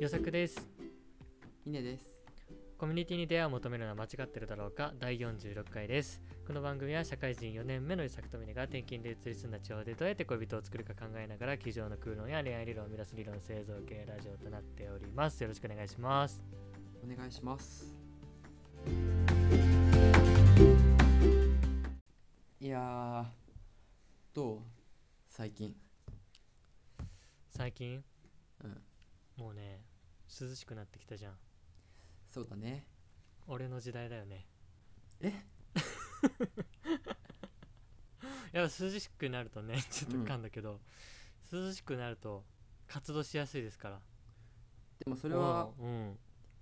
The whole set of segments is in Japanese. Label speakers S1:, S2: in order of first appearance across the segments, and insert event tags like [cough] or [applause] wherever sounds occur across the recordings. S1: 予測です
S2: 稲です
S1: コミュニティに出会いを求めるのは間違ってるだろうか第46回ですこの番組は社会人4年目の伊作とみねが転勤で移り住んだ地方でどうやって恋人を作るか考えながら机上の空論や恋愛理論を生み出す理論製造系ラジオとなっておりますよろしくお願いします
S2: お願いしますいやーどう最近
S1: 最近
S2: うん
S1: もうね涼しくなってきたじゃん
S2: そうだね
S1: 俺の時代だよね
S2: え
S1: [laughs] やっぱ涼しくなるとね [laughs] ちょっと噛んだけど、涼しくなると活動しやすいですから
S2: でもそれは
S1: うんうん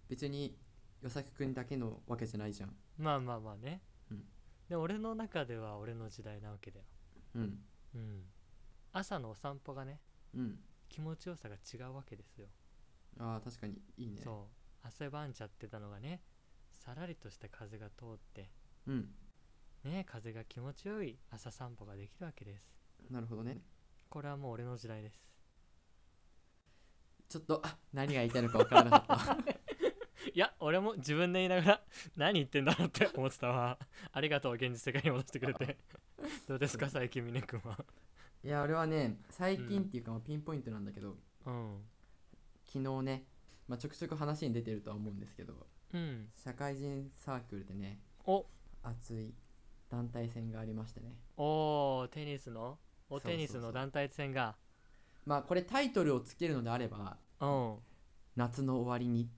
S2: 別に与作くんだけのわけじゃないじゃん
S1: まあまあまあね、
S2: うん
S1: で俺の中では俺の時代なわけだよ、
S2: うん
S1: うん、朝のお散歩がね
S2: うん
S1: 気持ちよさが違うわけですよ、
S2: あー確かにいいね
S1: そう汗ばんじゃってたのがねさらりとした風が通って
S2: うん
S1: ね風が気持ちよい朝散歩ができるわけです
S2: なるほどね
S1: これはもう俺の時代です
S2: ちょっとあ何が言いたいのかわからなかった
S1: いや俺も自分で言いながら [laughs] 何言ってんだろう
S2: [laughs]
S1: って思ってたわありがとう現実世界に戻してくれてどうですか最近峰君はい
S2: や俺はね最
S1: う
S2: 近
S1: ん
S2: っていうか、まあピンポイントなんだけど
S1: うん
S2: 昨日ね、まあ、ちょくちょく話に出てるとは思うんですけど
S1: うん
S2: 社会人サークルでね
S1: お
S2: 熱い団体戦がありましてね
S1: おーテニスの
S2: そ
S1: お
S2: うそうそう
S1: テニスの団体戦が
S2: まあこれタイトルをつけるのであれば
S1: うん
S2: 「夏の終わりに」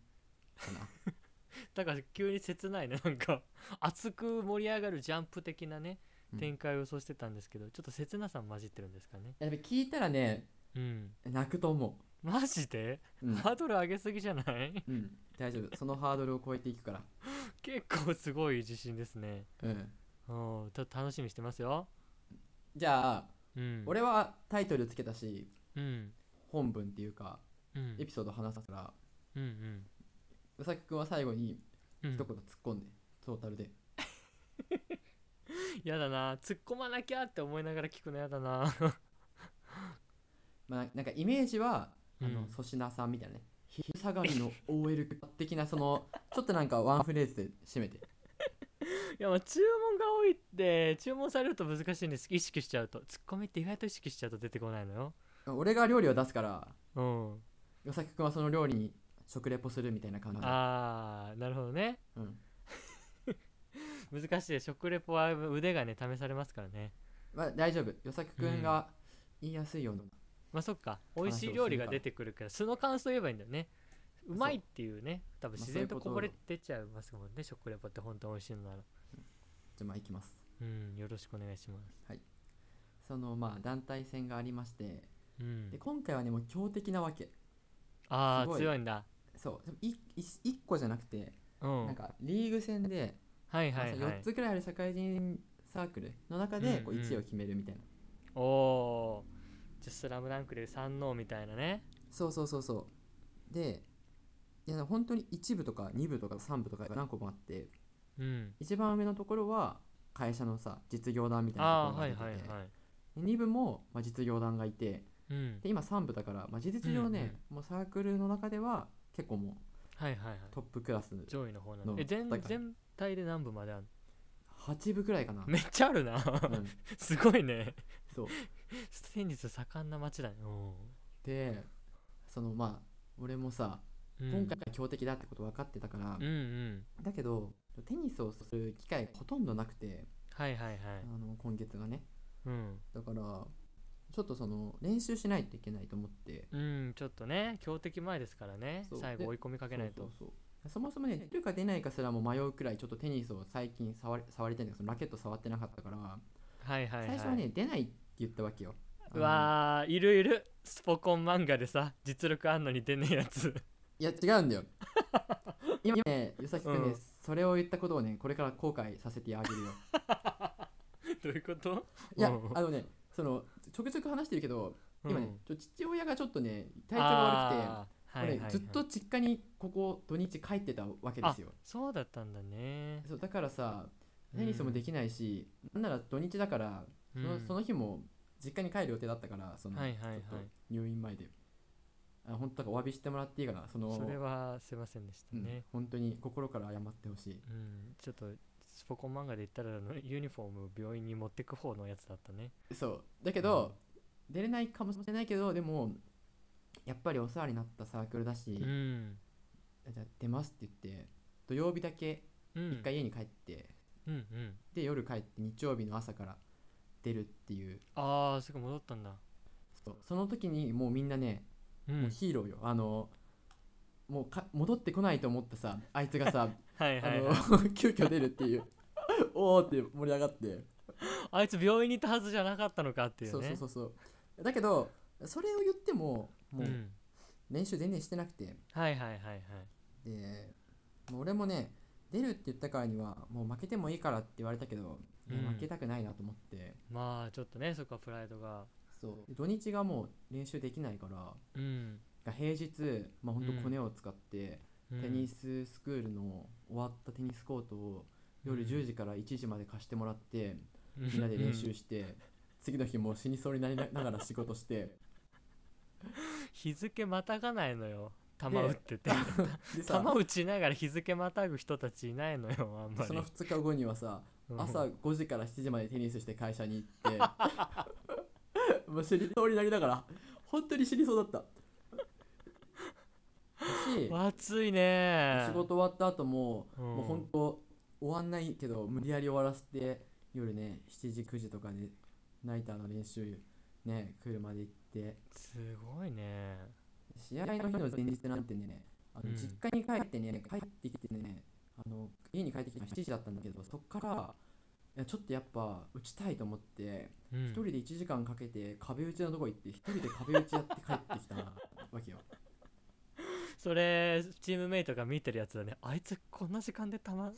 S2: かな
S1: だから急に切ないねなんか熱く盛り上がるジャンプ的なね
S2: うん
S1: 展開を予想してたんですけど、ちょっと切なさも混じってるんですかね
S2: やっぱ聞いたらね
S1: うん
S2: 泣くと思
S1: マジで、
S2: ううん、
S1: ハードル上げすぎじゃない
S2: うん、大丈夫そのハードルを超えていくから
S1: 結構すごい自信ですね
S2: うん
S1: うんちょっと楽しみにしてますよ
S2: じゃあ
S1: うん
S2: 俺はタイトルつけたし
S1: うん
S2: 本文っていうか
S1: うん
S2: エピソード話すから
S1: うんうん
S2: うさきくんは最後に
S1: うん
S2: 一言突っ込んで、トータルで
S1: やだな突っ込まなきゃって思いながら聞くのやだな
S2: まあ、なんかイメージはあ
S1: う
S2: の
S1: ん
S2: 粗品、さんみたいなね昼下がりの OL 的なそのちょっとなんかワンフレーズで締めて
S1: いやまあ注文が多いって注文されると難しいんです意識しちゃうとツッコミって意外と意識しちゃうと出てこないのよ
S2: 俺が料理を出すから
S1: うん
S2: 与作君はその料理に食レポするみたいな感じ
S1: あーなるほどね
S2: うん
S1: 難しいです食レポは腕がね試されますからね
S2: まあ、大丈夫与作君が言いやすいような、
S1: まあそっか美味しい料理が出てくるからその感想言えばいいんだよねうまいっていうね多分
S2: まあ
S1: 自然
S2: そう
S1: と
S2: いうこと
S1: こぼれ出ちゃいますもんね食レポって本当に美味しいのなら
S2: じゃあまあいきます
S1: うんよろしくお願いします
S2: そのまあ団体戦がありまして
S1: うん
S2: で今回はねもう強敵なわけ
S1: あ
S2: す
S1: あ
S2: ごい
S1: 強いんだ
S2: そういい1個じゃなくて、
S1: うん
S2: なんかリーグ戦で、
S1: はいはい
S2: ま
S1: は
S2: あ
S1: い
S2: 4つくらいある社会人サークルの中でこう
S1: うんうん
S2: 1位を決めるみたいな、
S1: おおーじゃあスラムダンクで三王みたいなね
S2: そうそうそうそうでいや本当に1部とか2部とか3部とか何個もあって
S1: うん
S2: 一番上のところは会社のさ実業団みたい
S1: あ
S2: なと
S1: あ
S2: こ
S1: は
S2: ろ
S1: い
S2: が
S1: はい
S2: 出てて、
S1: はい
S2: 2部も、まあ、実業団がいて
S1: うん
S2: で今3部だから、まあ、事実上ね、もうサークルの中では結構も
S1: はいはいはいう
S2: トップクラス
S1: 上位の方なん
S2: の
S1: でえ全
S2: 高い
S1: 全体で何部まである
S2: 8部くらいか
S1: [laughs]
S2: な、
S1: のめっちゃあるな
S2: うん、
S1: [laughs] すごいね
S2: そう
S1: テニス盛んな街だね。
S2: でそのまあ俺もさ、
S1: うん
S2: 今回が強敵だってこと分かってたか
S1: う
S2: ら、
S1: んうん。
S2: だけどテニスをする機会がほとんどなくて
S1: はいはいはい。
S2: あの今月がね
S1: うん。
S2: だからちょっとその練習しないといけないと思って
S1: うん、ちょっとね、強敵前ですからね
S2: そ。う
S1: 最後追い込みかけないと。
S2: そうそうそうそもそもね出るか出ないかすらも迷うくらいちょっとテニスを最近触り触りたいんだけどラケット触ってなかったから、
S1: はいはいはい。
S2: 最初はね出ないって言ったわけよあ
S1: う
S2: の
S1: わー、いるいる。スポコン漫画でさ、実力あんのに出ねえやつ。 [laughs]
S2: いや違うんだよ今ねゆさきくんね、
S1: うん
S2: それを言ったことをねこれから後悔させてあ
S1: [laughs]
S2: げるよ
S1: どういうこと
S2: いや
S1: うん
S2: あのねそのちょくちょく話してるけど今ね、
S1: うん
S2: ちょ父親がちょっとね体調が悪くて
S1: あーはいはいはい
S2: 俺ずっと実家にここ土日帰ってたわけですよ
S1: そうだったんだね。
S2: そうだからさテニスもできないし、なんなら土日だからその,、
S1: うん
S2: その日も実家に帰る予定だったからその、
S1: はいはいはい
S2: ちょっと入院前であ本当だからお詫びしてもらっていいからその
S1: それはすいませんでした
S2: うん
S1: ね、
S2: 本当に心から謝ってほしい
S1: うんちょっとスポコン漫画で言ったらあのユニフォームを病院に持ってく方のやつだったね
S2: そうだけど、出れないかもしれないけどでもやっぱりお世話になったサークルだし、
S1: うん、
S2: じゃあ出ますって言って土曜日だけ
S1: うん、
S2: 一回家に帰って、
S1: うんうん
S2: で夜帰って日曜日の朝から出るっていう
S1: ああすぐ戻ったんだ
S2: そうその時にもうみんなね、
S1: う
S2: も
S1: ん
S2: うヒーローよあのもうか戻ってこないと思ったさあいつがさ
S1: はい
S2: あ
S1: はい、
S2: の
S1: はい、
S2: 急遽出るっていう [laughs] おおって盛り上がって
S1: あいつ病院に行ったはずじゃなかったのかっていうね、
S2: そうそうそうそうだけどそれを言ってももうん練習全然してなくて、
S1: はいはいはいはい
S2: でもう俺もね出るって言ったからにはもう負けてもいいからって言われたけど、いや
S1: うん
S2: 負けたくないなと思って
S1: まあちょっとねそこはプライドが
S2: そう土日がもう練習できないから
S1: うん、
S2: が平日、まあ、ほんと
S1: うん
S2: コネを使って、
S1: うん、
S2: テニススクールの終わったテニスコートを夜
S1: うん
S2: 10時から1時まで貸してもらって、
S1: う
S2: みんなで練習して、次の日もう死にそうになりなながら仕事
S1: [laughs]
S2: して
S1: 日付またがないのよ玉打って
S2: [laughs]
S1: て
S2: でさ
S1: 玉打ちながら日付またぐ人たちいないのよあんまり
S2: その2日後にはさ
S1: うん
S2: 朝5時から7時までテニスして [laughs] 会社に行ってもう知りそうになりながら本当に知りそうだっただ
S1: 暑いね
S2: し仕事終わった後も、
S1: うん
S2: もう本当終わんないけど無理やり終わらせて夜ね7時9時とかにナイターの練習ね車で行って
S1: すごいね
S2: 試合の日の前日なんてねあの
S1: うん
S2: 実家に帰ってね、帰ってきてねあの家に帰ってきたの7時だったんだけどそっからいやちょっとやっぱ打ちたいと思って
S1: 一、うん
S2: 一人で1時間かけて壁打ちのとこ行って一人で壁打ちやって帰ってきたわ
S1: [laughs]
S2: けよ
S1: それチームメイトが見てるやつだねあいつこんな時間でた
S2: [laughs]
S1: ま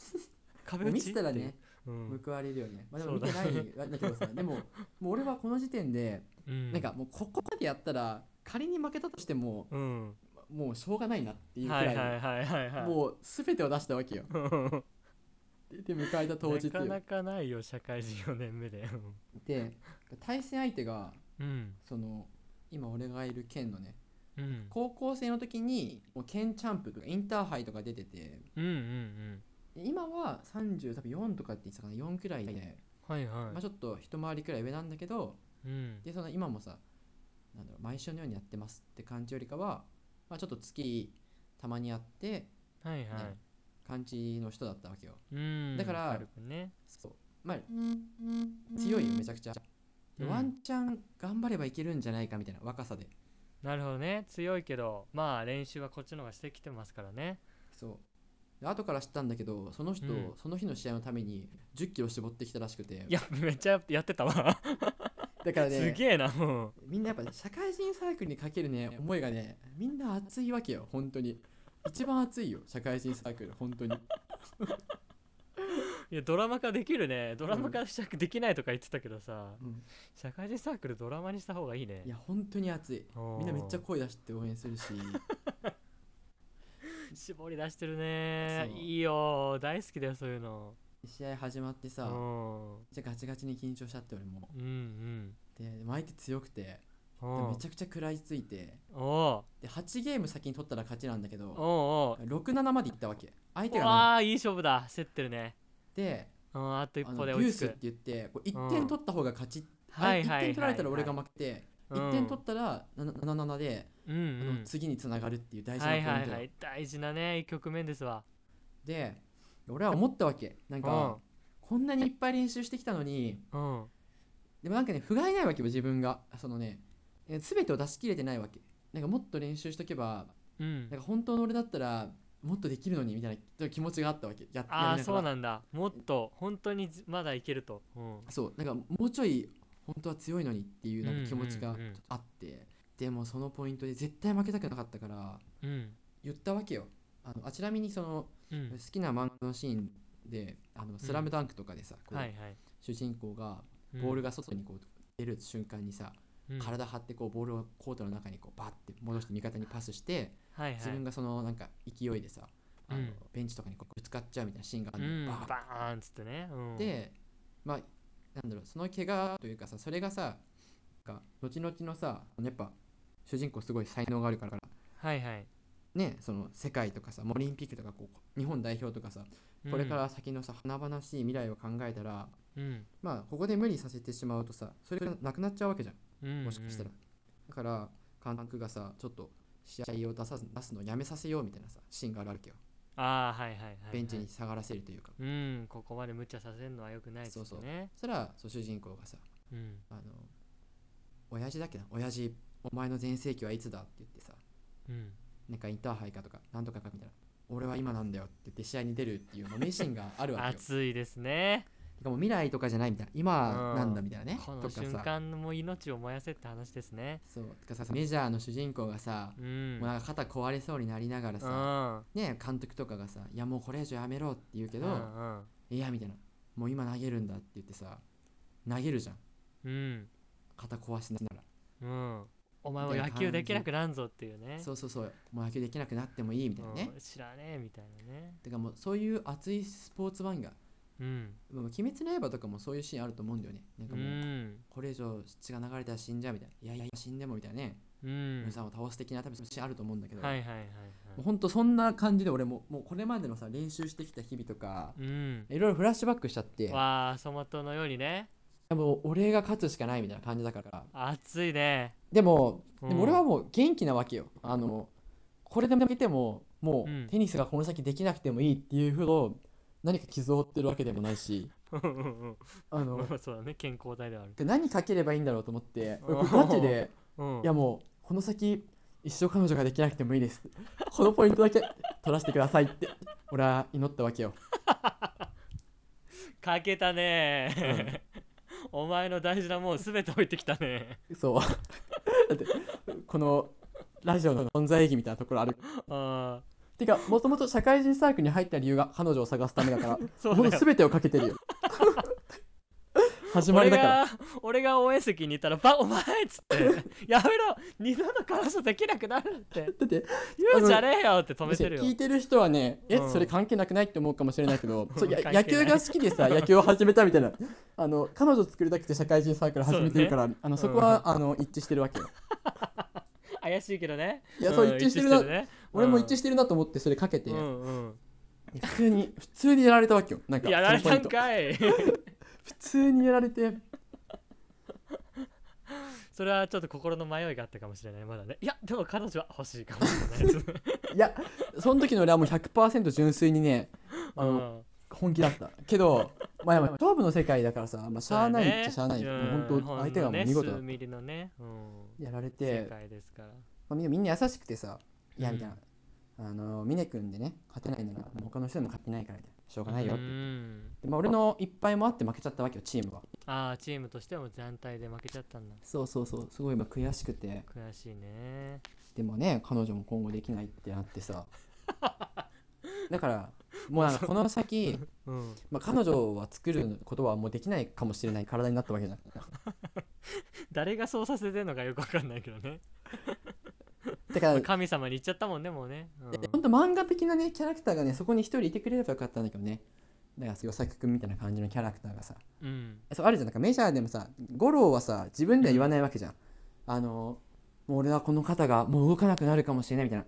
S1: 壁打ち
S2: 見てたら
S1: っていう
S2: ね
S1: うん、
S2: 報われるよね、まあ、でも
S1: そう
S2: 見
S1: だ
S2: てないんだけどさでももう俺はこの時点で
S1: うん、
S2: なんかもうここまでやったら仮に負けたとしても
S1: うん
S2: もうしょうがないなっていうく
S1: はい
S2: ら
S1: はい
S2: い、
S1: はいはいはい
S2: もう全てを出したわけよで迎えた当日
S1: なか
S2: よ
S1: なかないよ社会人4年目で
S2: で対戦相手が
S1: うん
S2: その今俺がいる県のね
S1: うん
S2: 高校生の時にもう県チャンプとかインターハイとか出てて
S1: うんうんうん
S2: で今は30多分4とかって言ってたかな4くらいで、
S1: はいはい、
S2: まあ、ちょっと一回りくらい上なんだけど
S1: うん
S2: でその今もさなんだろう毎週のようにやってますって感じよりかは、まあ、ちょっと月たまにやって
S1: はいはい、
S2: ね感じの人だったわけよ
S1: うん
S2: だから
S1: 軽くね
S2: そうまあ強いよめちゃくちゃで
S1: うん
S2: ワンチャン頑張ればいけるんじゃないかみたいな若さで
S1: なるほどね強いけどまあ練習はこっちの方がしてきてますからね
S2: そうで後から知ったんだけどその人、
S1: うん
S2: その日の試合のために1 0キロ絞ってきたらしくて
S1: いやめっちゃやってたわ、
S2: だから
S1: す
S2: ね
S1: げえなもう
S2: みんなやっぱ社会人サークルにかけるね思いがねみんな熱いわけよ本当に一番熱いよ社会人サークル本当に
S1: いやドラマ化できるねドラマ化したくできないとか言ってたけどさ、
S2: うん
S1: 社会人サークルドラマにした方がいいね
S2: いや本当に熱いみんなめっちゃ
S1: おー
S2: 声出して応援するし
S1: 絞り出してるね
S2: そう
S1: いいよ大好きだよそういうの
S2: 試合始まって
S1: う
S2: さ
S1: ん
S2: めっちゃガチガチに緊張しちゃって俺も
S1: うん
S2: ででも相手強くて
S1: うん
S2: で
S1: お
S2: めちゃくちゃ食らいついて
S1: おお
S2: で8ゲーム先に取ったら勝ちなんだけ
S1: う
S2: ど
S1: おう
S2: 67までいったわけ相
S1: お
S2: 手
S1: う
S2: が
S1: あーいい勝負だ競ってるね
S2: でって
S1: うんあと一
S2: あ
S1: 歩
S2: の
S1: で
S2: デュ
S1: 追
S2: ー
S1: い
S2: ス
S1: つ
S2: って
S1: く
S2: 言ってこう
S1: うん
S2: 1点取った方が勝ち
S1: は
S2: あ
S1: い
S2: 1
S1: はい
S2: 点取られたら俺が
S1: はい
S2: 負けて
S1: はい
S2: 1点取ったら77で
S1: うん
S2: あ
S1: う
S2: の
S1: ん
S2: 次につながるっていう大事
S1: は
S2: なポイ
S1: い
S2: ント
S1: はい
S2: だ
S1: はい大事なね局面ですわ
S2: で俺は思ったわけなんかこんなにいっぱい練習してきたのに
S1: うんうん
S2: でもなんかね不甲斐ないわけよ自分がそのねえ全てを出し切れてないわけなんかもっと練習しとけば
S1: うん
S2: なんか本当の俺だったらもっとできるのにみたいな気持ちがあったわけやっ
S1: あ
S2: や
S1: あ
S2: りがら
S1: そうなんだもっと本当にじまだいけるとうん
S2: そうなんかもうちょい本当は強いのにっていうなんか気持ちが
S1: うんうんうん
S2: あって、でもそのポイントで絶対負けたくなかったから
S1: うん
S2: 言ったわけよあのあちなみにその
S1: う
S2: 好
S1: ん
S2: きな漫画のシーンで「あのスラムダンクとかでさ、こう
S1: はいはい
S2: 主人公がボール
S1: が
S2: が外にこう出る瞬間にさ、体張ってこうボールをコートの中にこうバッて戻して味方にパスして、
S1: はいは
S2: 自
S1: い
S2: 分がそのなんか勢いでさあの、
S1: うん
S2: ベンチとかにこうぶつかっちゃうみたいなシーンがあ
S1: う
S2: るの、
S1: ん
S2: バーッ
S1: バーンっつってねうん
S2: で、まあなんだろうその怪我というかさそれがさなんか後々のさやっぱ主人公すごい才能があるから
S1: はいはい
S2: ねその世界とかさオリンピックとかこう日本代表とかさこれから先のさ華々しい未来を考えたら、
S1: うん
S2: まあここで無理させてしまうとさそれがなくなっちゃうわけじゃん
S1: うん
S2: もしかしたら、だから監督がさちょっと試合を出さず出すのやめさせようみたいなさシーンがあるわけよ
S1: ああはいはいはいはい、
S2: ベンチに下がらせるというか、
S1: うんここまで無茶させるのはよくないですよね
S2: そうそしたらそう主人公がさ
S1: うん
S2: あの親父だっけな親父お前の全盛期はいつだって言ってさ
S1: うん
S2: なんかインターハイかとかなんとかかみたいな俺は今なんだよって言って試合に出るっていうもう名シーンがあるわけよ
S1: 熱いですね
S2: てかもう未来とかじゃないみたいな今なんだみたいなね、
S1: ことの
S2: か
S1: 瞬
S2: さ
S1: 間も命を燃やせって話ですね
S2: そうとかさメジャーの主人公がさ、
S1: うん
S2: もうなんか肩壊れそうになりながら
S1: う
S2: さ、
S1: ん
S2: ね監督とかがさ「いやもうこれ以上やめろ」って言うけど
S1: うんうん
S2: 「いや」みたいな「もう今投げるんだ」って言ってさ投げるじゃん
S1: うん
S2: 肩壊しながら、
S1: うんお前も
S2: み
S1: 野
S2: たいな感じ
S1: 球できなくなんぞっていうね
S2: そうそうそうもう野球できなくなってもいいみたいなね、
S1: うん知らねえみたいなね
S2: てかもうそういう熱いスポーツ漫画
S1: うん
S2: 「もう鬼滅の刃」とかもそういうシーンあると思うんだよねなんか
S1: う
S2: もう、
S1: ん
S2: これ以上血が流れたら死んじゃうみたいな「いやいやいや死んでも」みたいなね
S1: う
S2: 無
S1: ん
S2: 惨、を倒す的な多分そういうシーンあると思うんだけど、
S1: はいはいはいはい
S2: もうほんとそんな感じで俺ももうこれまでのさ練習してきた日々とか
S1: うん
S2: いろいろフラッシュバックしちゃって
S1: わあそもとのようにね
S2: もう俺が勝つしかないみたいな感じだから
S1: 熱いね
S2: でも
S1: うん
S2: でも俺はもう元気なわけよあのこれで負けてもも
S1: うん
S2: うテニスがこの先できなくてもいいっていうふうを何か傷を負ってるわけでもないし
S1: うんうんうん
S2: あ
S1: ま
S2: の
S1: あそうだね健康体ではある
S2: 何かければいいんだろうと思って
S1: うん
S2: 俺ガチで
S1: うん
S2: いやもうこの先一生彼女ができなくてもいいですこのポイントだけ取らせてくださいって俺は祈ったわけよ
S1: かけたね、お前の大事なもんすべて置いてきたね
S2: そう [laughs] だってこのラジオの存在意義みたいなところある
S1: ああ
S2: てかもともと社会人サークルに入った理由が彼女を探すためだから
S1: [laughs] そう
S2: もう
S1: だよ
S2: 全てをかけ
S1: [laughs]
S2: てるよ始ま
S1: 俺
S2: りだから
S1: が俺が応援席にいたら「ばお前!」っつって [laughs] 「やめろ二度と彼女できなくなる」って
S2: だって
S1: 言うんじゃねえよって止
S2: む
S1: め
S2: してろ
S1: るよ
S2: 聞いてる人はねえ、
S1: うん
S2: それ関係なくないって思うかもしれないけ
S1: [laughs]
S2: どそうや
S1: 関係ない
S2: 野球が好きでさ野球を始めたみたいなあの彼女作りたくて社会人サークル始めてるからそ,、あのそこは、あの一致してるわけよ
S1: 怪しいけどね
S2: いやそう一致してるな
S1: ね
S2: 俺も一
S1: し
S2: 致してるなと思ってそれかけて、
S1: うんうん
S2: 普通に普通にやられたわけよなん
S1: う
S2: か
S1: んやられ
S2: そ
S1: た
S2: のポイン
S1: ん
S2: ト
S1: かい
S2: 普通にやられて
S1: それはちょっと心の迷いがあったかもしれないまだねいやでも彼女は欲しいかもしれないですね
S2: いやその時の俺はもう100%純粋にね [laughs] あの、
S1: うん
S2: 本気だったけどまあまあ勝負の世界だからさ、まあ、しゃあないっちゃしゃあない、
S1: そうだね
S2: もう本
S1: ん
S2: 当相手がもう見
S1: ほんの
S2: 事
S1: ね
S2: だっ
S1: 数ミリのね、うん、
S2: たやられ
S1: 世
S2: て、ま
S1: 界ですから
S2: あ、みんなみんな優しくてさ「いや」
S1: うん
S2: みたいな「あの峰君でね勝てないならもう他の人でも勝てないから」みたいな「しょうがないよ」っ
S1: う
S2: て、
S1: ん
S2: でまあ、俺のいっぱいもあって負けちゃったわけよチームは
S1: ああチームとしても全体で負けちゃったんだ
S2: そうそうそうすごいまあ悔しくて
S1: 悔しいね
S2: でもね彼女も今後できないってなって [laughs] さだからもうなんかこの先、
S1: うん
S2: まあ、彼女は作ることはもうできないかもしれない体になったわけ [laughs] じゃん
S1: 誰がそうさせてるのかよくわかんないけどね、
S2: だか
S1: ま
S2: ら
S1: あ神様に言っちゃったもんねもうね、うん
S2: 本当漫画的なねキャラクターがねそこに一人いてくれればよかったんだけどねだから与作君みたいな感じのキャラクターがさ
S1: うん、
S2: そうあるじゃんなんかメジャーでもさ五郎はさ自分では言わないわけじゃん、あのもう俺はこの肩がもう動かなくなるかもしれないみたいな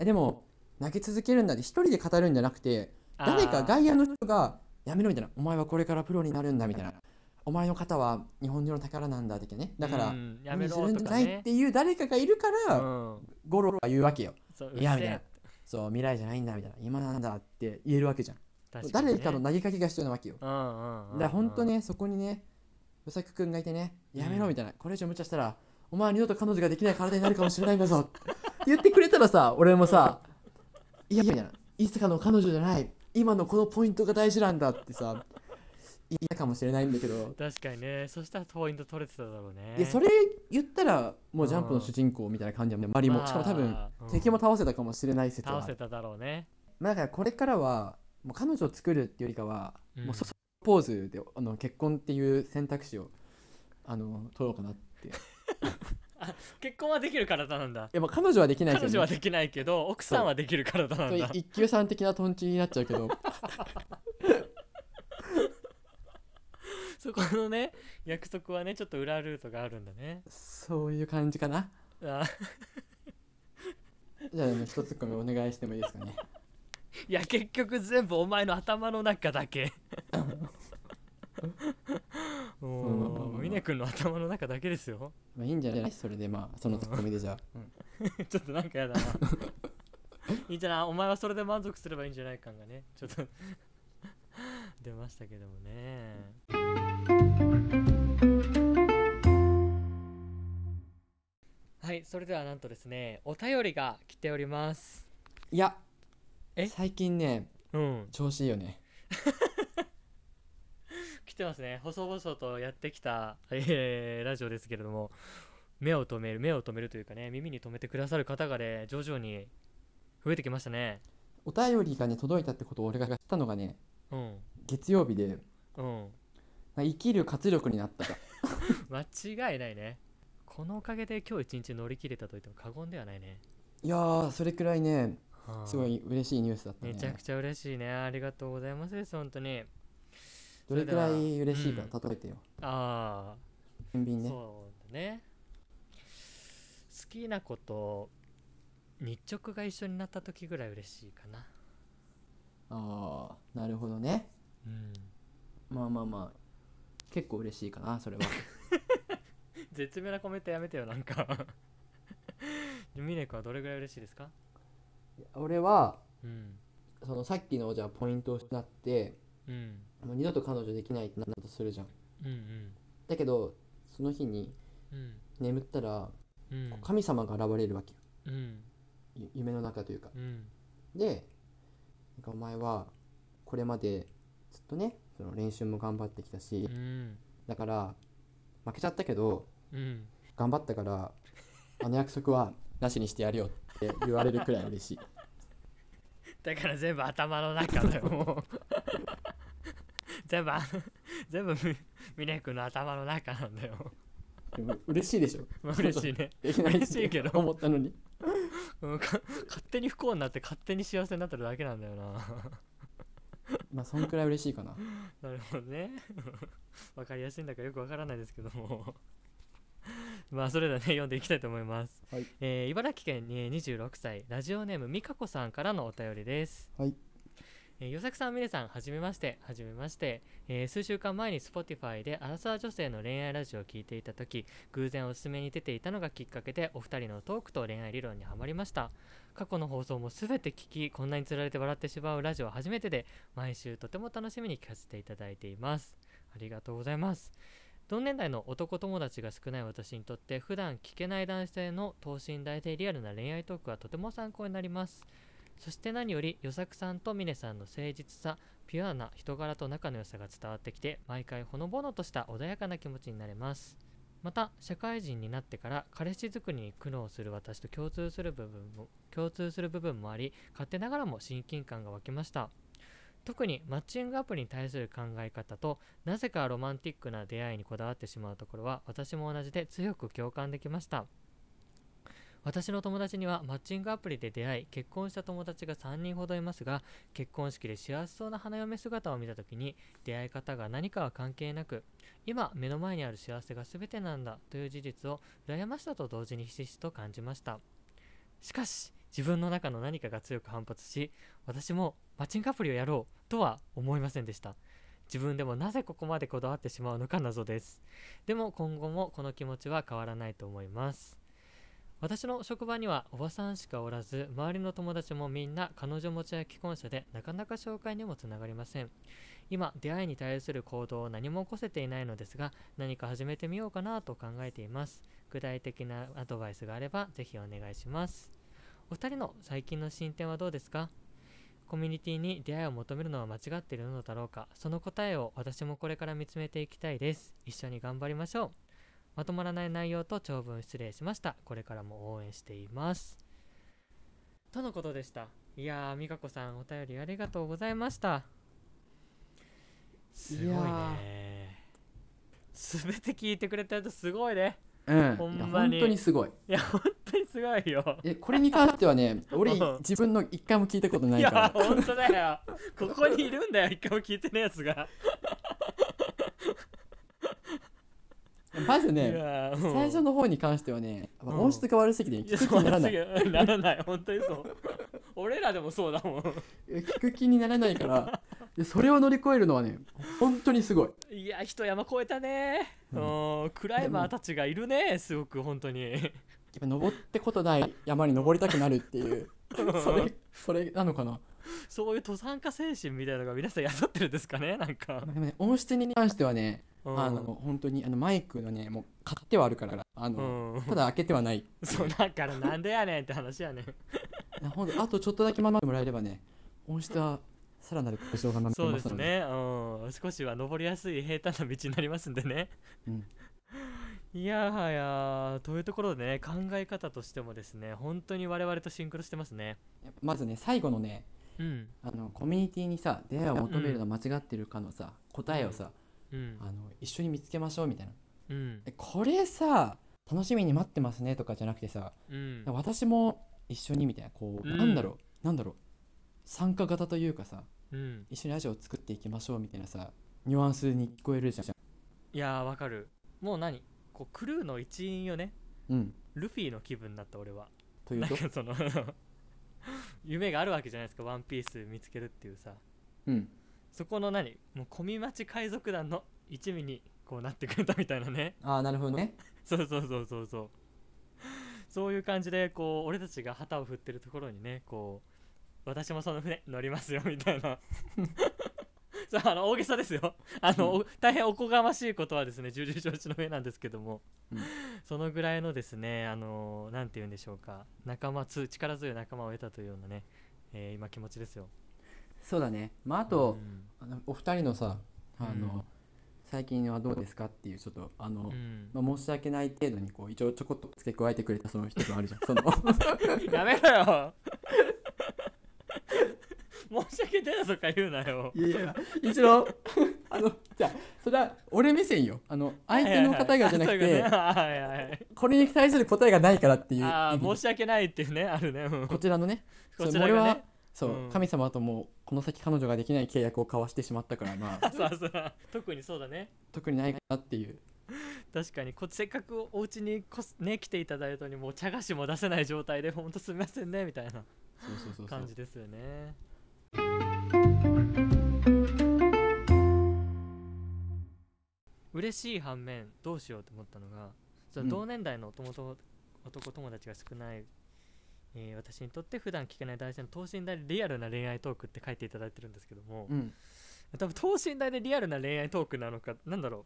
S2: えでも投げ続けるんだって一人で語るんじゃなくて誰か
S1: あー
S2: 外野の人がやめろみたいなお前はこれからプロになるんだみたいなお前の肩は日本人の宝なんだってねだから、
S1: うんやめろ
S2: 無理するん
S1: と
S2: じゃ
S1: か
S2: ない
S1: ね
S2: っ、ていう誰かがいるから、
S1: うん、
S2: 五郎は言うわけよ
S1: そう
S2: いや
S1: うっ
S2: み
S1: せ
S2: たいなそう未来じゃないんだみたいな今なんだって言えるわけじゃん
S1: 確かにね
S2: 誰かの投げかけが必要なわけよだか
S1: うんうんうんうん
S2: ら本当ねそこにねうさくくんがいてねやめろみたいなこれ以上無茶したらお前は二度と彼女ができない体になるかもしれないんだぞって言ってくれたらさ俺もさいやいやみたいないつかの彼女じゃない今のこのポイントが大事なんだってさ言いたかもしれないんだけど
S1: 確かにねそしたらポイント取れてただろうね
S2: いやそれ言ったらもうジャンプの主人公みたいな感じだもんね周りもしかも多分
S1: まあうん
S2: 敵も倒せたかもしれない説はあ
S1: 倒
S2: る
S1: せただろうね
S2: まあ、だからこれからはもう彼女を作るっていうよりかは、
S1: うん
S2: もうそそのポーズであの結婚っていう選択肢をあの取ろうかなってい
S1: 結婚はできる体なんだ
S2: やまあ彼女はできないけ
S1: 彼
S2: どね、
S1: 女はできないけど奥さんはできる体なんだ
S2: そう一級さん的なトンチになっちゃうけど
S1: [laughs] そこのね約束はねちょっと裏ルートがあるんだね
S2: そういう感じかな
S1: あ
S2: じゃああの一つコメお願いしてもいいですかね
S1: いや結局全部お前の頭の中だ
S2: [laughs]
S1: け
S2: まあまあまあ
S1: も
S2: ま
S1: う
S2: あ
S1: 峰君の頭の中だけですよ
S2: まあいいんじゃないそれでまあそのツッコミでじゃあ
S1: [laughs] ちょっとなんかやだないいんじゃないお前はそれで満足すればいいんじゃない感がねちょっと [laughs] 出ましたけどもねはいそれではなんとですねお便りが来ております
S2: いや
S1: え
S2: 最近ね
S1: うん
S2: 調子いいよね
S1: 来てますね細々とやってきた、えーラジオですけれども目を留める目を留めるというかね耳に留めてくださる方がね徐々に増えてきましたね
S2: お便りがね届いたってことを俺が知ったのがね
S1: うん
S2: 月曜日で
S1: うん
S2: まあ生きる活力になったと
S1: 間違いないねこのおかげで今日一日乗り切れたと言っても過言ではないね
S2: いやーそれくらいね
S1: はあ
S2: すごい嬉しいニュースだったね
S1: めちゃくちゃ嬉しいねありがとうございますです本当に
S2: どれくら
S1: それで
S2: い
S1: は
S2: 嬉しいか
S1: うん
S2: 例えてよ
S1: ああ
S2: 天秤ね
S1: そうだね好きなこと日直が一緒になった時ぐらい嬉しいかな
S2: ああなるほどね
S1: うん
S2: まあまあまあ結構嬉しいかなそれは
S1: 絶妙なコメントやめてよなんかミネコはどれぐらい嬉しいですか
S2: [laughs] 俺は
S1: うん
S2: そのさっきのじゃあポイントを失って
S1: うん
S2: もう二度と彼女できないってなったとするじゃん
S1: うん
S2: だけどその日に
S1: うんうん
S2: 眠ったら
S1: うん
S2: 神様が現れるわけよ
S1: うん
S2: ゆ夢の中というか
S1: うん
S2: でなんかお前はこれまでずっとねその練習も頑張ってきたし
S1: うん
S2: だから負けちゃったけど
S1: うん
S2: 頑張ったからあの約束はなしにしてやるよって言われるくらい嬉しい
S1: だから全部頭の中だよもう全部あ全部ミミネ君の頭の中なんだよ
S2: でも嬉しいでしょ
S1: まあ嬉しい [laughs] ね
S2: できないって
S1: 嬉しいけど
S2: 思ったのに
S1: うんか勝手に不幸になって勝手に幸せになってるだけなんだよな
S2: まあそんくらい嬉しいかな
S1: [laughs] なるほどね。わかりやすいんだかよくわからないですけども。 [laughs] まあそれではね読んでいきたいと思います、
S2: はい
S1: えー茨城県にえー26歳ラジオネームみかこさんからのお便りです
S2: はい
S1: えー与作さんみねさんはじめましてはじめまして、えー数週間前に Spotify でアラサー女性の恋愛ラジオを聞いていた時偶然おすすめに出ていたのがきっかけでお二人のトークと恋愛理論にはまりました過去の放送も全て聞きこんなにつられて笑ってしまうラジオは初めてで毎週とても楽しみに聞かせていただいていますありがとうございます同年代の男友達が少ない私にとって普段聞けない男性の等身大でリアルな恋愛トークはとても参考になりますそして何より与作さんと峰さんの誠実さピュアな人柄と仲の良さが伝わってきて毎回ほのぼのとした穏やかな気持ちになれますまた社会人になってから彼氏作りに苦悩する私と共通する部分も共通する部分もあり勝手ながらも親近感が湧きました特にマッチングアプリに対する考え方となぜかロマンティックな出会いにこだわってしまうところは私も同じで強く共感できました私の友達にはマッチングアプリで出会い結婚した友達が3人ほどいますが結婚式で幸せそうな花嫁姿を見た時に出会い方が何かは関係なく今目の前にある幸せが全てなんだという事実を羨ましさと同時にひしひしと感じましたしかし自分の中の何かが強く反発し私もマッチングアプリをやろうとは思いませんでした自分でもなぜここまでこだわってしまうのか謎ですでも今後もこの気持ちは変わらないと思います私の職場にはおばさんしかおらず周りの友達もみんな彼女持ちや既婚者でなかなか紹介にもつながりません今出会いに対する行動を何も起こせていないのですが何か始めてみようかなと考えています具体的なアドバイスがあればぜひお願いしますお二人の最近の進展はどうですかコミュニティに出会いを求めるのは間違っているのだろうかその答えを私もこれから見つめていきたいです一緒に頑張りましょうまとまらない内容と長文失礼しましたこれからも応援していますとのことでしたいやー美香子さんお便りありがとうございましたすごい
S2: いや
S1: ね全て聞いてくれた人すごいね
S2: うん
S1: ほん
S2: いや
S1: まに
S2: 本当にすごい
S1: いや本当にすごいよ
S2: えこれに関してはね俺
S1: うん
S2: 自分の一回も聞いたことないいか
S1: や
S2: ら
S1: 本当だよここにいるんだよ一回も聞いてないやつが
S2: まず
S1: い
S2: ね
S1: やー
S2: 最初の方に関してはね、まあ
S1: うん
S2: 音質が悪すぎて聞く気にならない
S1: やそうならない本当にそう俺らでもそうだもん
S2: 聞く気にならないからでそれを乗り越えるのはね本当にすごい
S1: いや一山越えたね
S2: う
S1: うんクライマーたちがいるねすごく本当に
S2: やっぱ登ってことない山に登りたくなるっていう [laughs] それそれなのかな
S1: そういう登山家精神みたいなのが皆さんやってるんですかねなんか、
S2: でもね音質に関してはね、
S1: うん
S2: あの本当にあのマイクのねもう買ってはあるからあ
S1: う
S2: の、
S1: ん
S2: ただ開けてはない
S1: そうだからなんでやねんって話やねん
S2: いやほんとあとちょっとだけ守ってもらえればね音質はさらなる保証が守
S1: そう
S2: れま
S1: ですす
S2: ので
S1: ねうん少しは登りやすい平坦な道になりますんでね
S2: うん
S1: いやはやというところでね考え方としてもですね本当に我々とシンクロしてますね
S2: やっぱまずね最後のね
S1: うん
S2: あのコミュニティにさ出会いを求めるの間違ってるかのさ、答えをさ、
S1: うん
S2: あの一緒に見つけましょうみたいな
S1: うん
S2: えこれさ楽しみに待ってますねとかじゃなくてさ、
S1: うん
S2: 私も一緒にみたいなこう、
S1: うん
S2: なんだろうなんだろう参加型というかさ
S1: うん
S2: 一緒にラジオを作っていきましょうみたいなさニュアンスに聞こえるじゃ
S1: いやーわかるもう何こうクルーの一員よね
S2: んうん
S1: ルフィの気分になった俺は
S2: という
S1: なん
S2: と
S1: かその [laughs] 夢があるわけじゃないですかワンピース見つけるっていうさ
S2: [laughs] うん
S1: そこの何もう小見町海賊団の一味にこうなってくれたみたいなね
S2: ああなるほどね
S1: そうそうそうそうそうそういう感じでこう俺たちが旗を振ってるところにねこう私もその船 [laughs] 乗りますよみたいな [laughs] そうあの大げさですよあの、お大変おこがましいことはですね重々承知の上なんですけども、
S2: うん
S1: そのぐらいのですねあのなんて言うんでしょうか仲間つ力強い仲間を得たというようなね、えー今気持ちですよ
S2: そうだねまああ
S1: あ
S2: と、あのお二人のさあの、
S1: うん
S2: 最近はどうですかっていうちょっとあの、
S1: うん
S2: まあ、申し訳ない程度にこう一応ちょこっと付け加えてくれたその人もあるじゃんその
S1: やめろよ [laughs] 申し訳ないぞか言うなよ
S2: [laughs] いやいや一応あのじゃあそれは俺目線よあの相手の方がじゃなく
S1: [laughs] はい
S2: て
S1: はいはいはい
S2: これに対する答えがないからっていう
S1: あ
S2: 意
S1: ー
S2: 味
S1: 申し訳ないっていうねあるね、うん
S2: こちらのね
S1: こ
S2: そう
S1: ちら
S2: 俺
S1: が
S2: は
S1: ね
S2: そう、
S1: うん
S2: 神様ともうこの先彼女ができない契約を交わしてしまったからま [laughs]
S1: [laughs]
S2: あ
S1: そうそう特にそうだね
S2: 特にないかなっていう
S1: 確かにこせっかくお家にこすね来ていただいたのにもう茶菓子も出せない状態でほんとすみませんねみたいな
S2: そうそうそうそう
S1: 感じですよね嬉しい反面どうしようと思ったのがその
S2: うん
S1: 同年代の男と男友達が少ない、えー私にとって普段聞けない男性の等身大でリアルな恋愛トークって書いていただいてるんですけども、
S2: うん
S1: 多分等身大でリアルな恋愛トークなのかなんだろう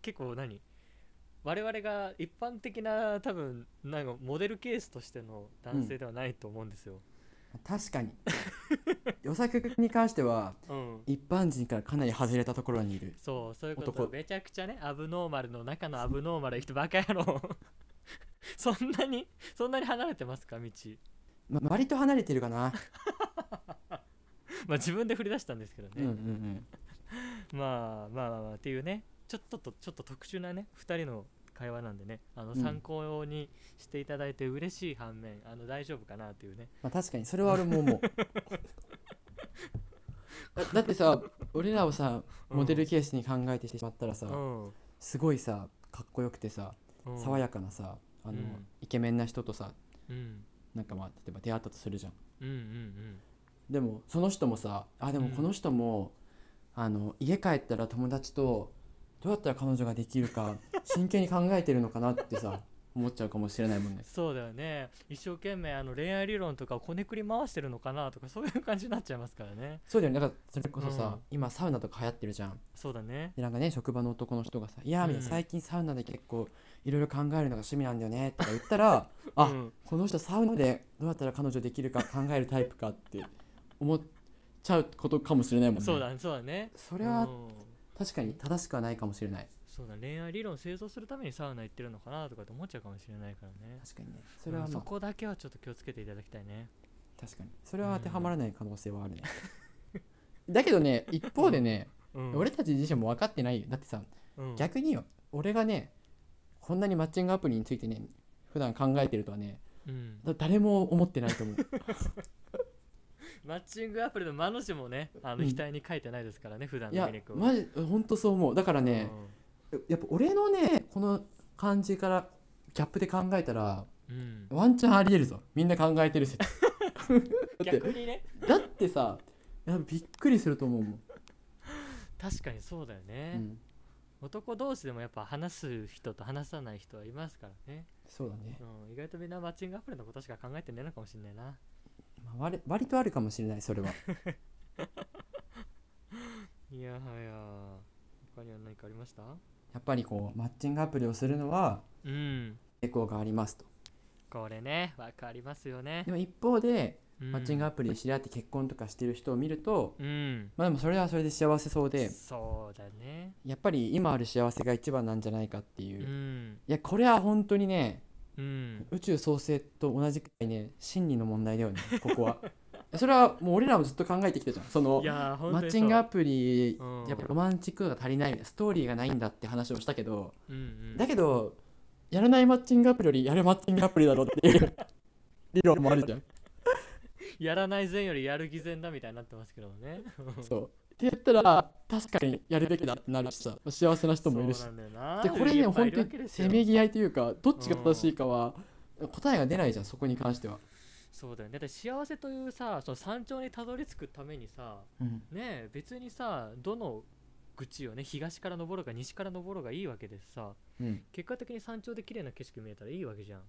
S1: 結構何我々が一般的な多分なんかモデルケースとしての男性ではないと思うんですよ。
S2: 確かに [laughs] 与作君に関しては
S1: うん
S2: 一般人からかなり外れたところにいる
S1: そうそういうこと
S2: 男
S1: めちゃくちゃねアブノーマルの中のアブノーマルの人バカ野郎 [laughs] そんなにそんなに離れてますか道
S2: まあ、割と離れてるかな、
S1: まあ自分で振り出したんですけどね、
S2: うんうんうん、
S1: まあまあまあまあっていうねちょっととちょっと特殊なね2人の会話なんでねあの
S2: うん
S1: 参考にしていただいて嬉しい反面、あの大丈夫かなっていうね
S2: まあ確かにそれは俺も [laughs] 思うだだってさ俺らをさモデルケースに考えてしまったらさ、
S1: うん、
S2: すごいさかっこよくてさ
S1: うん、
S2: 爽やかなさあの、
S1: うん
S2: イケメンな人とさ
S1: うん
S2: なんかまあ例えば出会ったとするじゃん
S1: うんうん
S2: でもその人もさあでもこの人も、あの家帰ったら友達とどうやったら彼女ができ
S1: [laughs]
S2: るか真剣に考えてるのかなってさ思っちゃうかもしれないもんね
S1: そうだよね一生懸命あの恋愛理論とかをこねくり回してるのかなとかそういう感じになっちゃいますからね
S2: そうだよねだからそれこそさ、
S1: うん
S2: 今サウナとか流行ってるじゃん
S1: そうだね
S2: でなんかね職場の男の人がさ「いやー」みたいな
S1: うん
S2: 最近サウナで結構いろいろ考えるのが趣味なんだよね」とか言っ
S1: [laughs]
S2: たら「あ
S1: うん
S2: この人サウナでどうやったら彼女できるか考えるタイプか」って思っちゃうことかもしれないもんね
S1: そうだねそうだね
S2: そ
S1: こ
S2: れは
S1: ん
S2: 確かに正しくはないかもしれない
S1: そうだ恋愛理論製造するためにサウナ行ってるのかなとかって思っちゃうかもしれないからね
S2: 確かにねそれは
S1: うん
S2: ま
S1: そ
S2: あ
S1: こだけはちょっと気をつけていただきたいね
S2: 確かにそれは当てはまらない可能性はあるね、 [laughs] だけどね一方でね、
S1: うん
S2: 俺たち自身も分かってないよだってさ
S1: うん
S2: 逆によ俺がねこんなにマッチングアプリについてね普段考えてるとはね
S1: うん
S2: だ誰も思ってない
S1: [laughs]
S2: と思う
S1: マッチングアプリの間の字もねあの
S2: うん
S1: 額に書いてないですからね普段
S2: い
S1: の
S2: や
S1: ミルクを
S2: マジ本当そう思うだからね、やっぱ俺のねこの感じからギャップで考えたら
S1: うん、
S2: ワンチャンありえるぞみんな考えて
S1: [laughs]
S2: る説だって
S1: 逆にね
S2: だってさいやびっくりすると思うもん、
S1: 確かにそうだよね、
S2: うん、
S1: 男同士でもやっぱ話す人と話さない人はいますからね、
S2: そうだね、
S1: うん、意外とみんなマッチングアプリのことしか考えてないのかもしれないな
S2: まあ、割割とあるかもしれないそれはい
S1: やはや他には何かありました
S2: やっぱりこうマッチングアプリをするのは
S1: うん
S2: 抵抗がありますと
S1: これねわかりますよね
S2: でも一方でマ
S1: マ
S2: ッチングアプリで知り合って結婚とかしてる人を見ると、
S1: うん、
S2: まあでもそれはそれで幸せそうで
S1: そうだね
S2: やっぱり今ある幸せが一番なんじゃないかっていうう、い
S1: ん
S2: やこれは本当にね
S1: うん
S2: 宇宙創生と同じくらいね真理の問題だよねこ
S1: [laughs]
S2: こはそれはもう俺らもずっと考えてきたじゃんその
S1: いやー本
S2: マ
S1: 当にそう
S2: ッチングアプリ、
S1: うん
S2: やっぱロマンチック度が足りないみたいなストーリーがないんだって話をしたけど、
S1: うんうん、
S2: だけどやらないマッチングアプリよりやるマッチングアプリだろって
S1: [laughs]
S2: いう理論もあるじゃん
S1: やらない前よりやる偽善だみたいになってますけどもね
S2: そうって言ったら確かにやるべきだってなるしさ幸せな人もいるし
S1: そうなんだよな
S2: でこれね
S1: やっぱい
S2: 本
S1: る
S2: 当
S1: わ
S2: に
S1: けです
S2: せ
S1: よ
S2: めぎ合いというかどっちが正しいかは答えが出ないじゃんそこに関しては、
S1: そうだよねだって幸せというさその山頂にたどり着くためにさねえ別にさどの愚痴をね東から登ろうが西から登ろうがいいわけでさ
S2: うん
S1: 結果的に山頂で綺麗な景色見えたらいいわけじゃん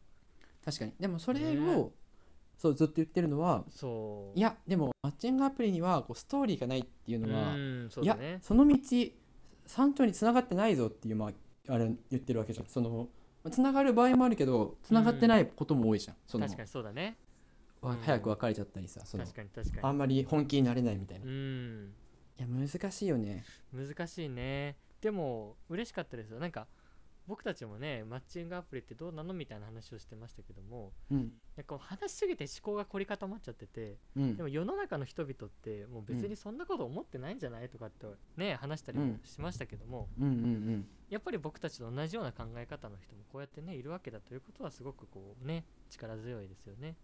S2: 確かにでもそれを、
S1: ね
S2: そうずっと言ってるのは
S1: そう
S2: いやでもマッチングアプリにはこうストーリーがないっていう
S1: う
S2: のは、
S1: んそう
S2: い
S1: だ
S2: や
S1: ね
S2: その道山頂に繋がってないぞっていう、まあ、あれ言ってるわけじゃんその繋がる場合もあるけど繋がってないことも多いじゃん、その
S1: 確かにそうだね
S2: わ
S1: うん
S2: 早く別れちゃったりさその
S1: 確かに確
S2: あ
S1: か
S2: んまり本気になれないみたいな、
S1: にうん
S2: いや難しいよね
S1: 難しいねでも嬉しかったですよなんか僕たちもねマッチングアプリってどうなのみたいな話をしてましたけども
S2: うん
S1: なんかこう話しすぎて思考が凝り固まっちゃってて
S2: うん
S1: でも世の中の人々ってもう別
S2: うん
S1: にそんなこと思ってないんじゃないとかってね話したり
S2: う
S1: も
S2: ん
S1: しましたけども
S2: うんうん
S1: やっぱり僕たちと同じような考え方の人もこうやってねいるわけだということはすごくこうね力強いですよね。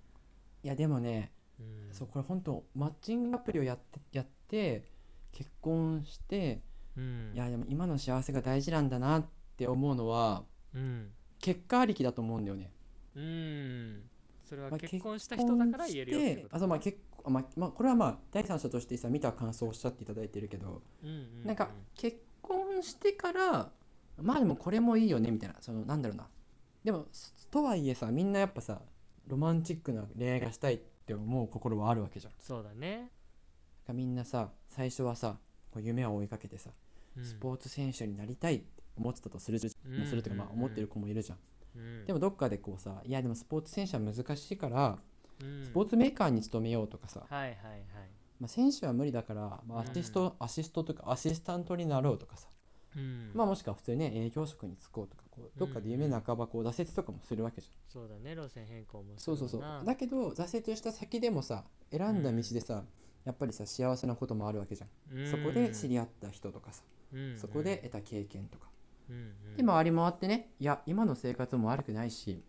S2: いやでもね
S1: うん
S2: そうこれ本当マッチングアプリをやってやって結婚して、
S1: うん
S2: いやでも今の幸せが大事なんだなって思うのは
S1: うん
S2: 結果ありきだと思うんだよね。
S1: うんそれは
S2: まあ
S1: 結婚した人だから言えるよっていう
S2: 結婚して
S1: こと
S2: あそうまあ結構まあまあこれはまあ第三者としてさ見た感想をおっしゃっていただいてるけど、
S1: うんうんう
S2: なんか結婚してからまあでもこれもいいよねみたいなそのなんだろうなでもすとはいえさみんなやっぱさロマンチックな恋愛がしたいって思う心はあるわけじゃん。だ
S1: そうだね。
S2: からみんなさ最初はさこう夢を追いかけてさ
S1: うん
S2: スポーツ選手になりたいって思ってたとする,、
S1: うん
S2: するとかまあ思ってる子もいるじゃん、
S1: うん
S2: でもどっかでこうさいやでもスポーツ選手は難しいから、
S1: うん
S2: スポーツメーカーに勤めようとかさ、
S1: はいはいはい
S2: まあ、選手は無理だから、まあ、アシスト、アシストとかアシスタントになろうとかさ、
S1: うん
S2: まあもしくは普通にね営業職に就こうとかこうどっかで夢半ばこう挫折とかもするわけじゃん、
S1: そうだね路線変更もす
S2: そう
S1: る
S2: そうそう
S1: わな
S2: だけど挫折した先でもさ選んだ道でさ、やっぱりさ幸せなこともあるわけじゃん、そこで知り合った人とかさ、
S1: うん
S2: そこで得た経験とか
S1: うんうん
S2: で周り回ってねいや今の生活も悪くないし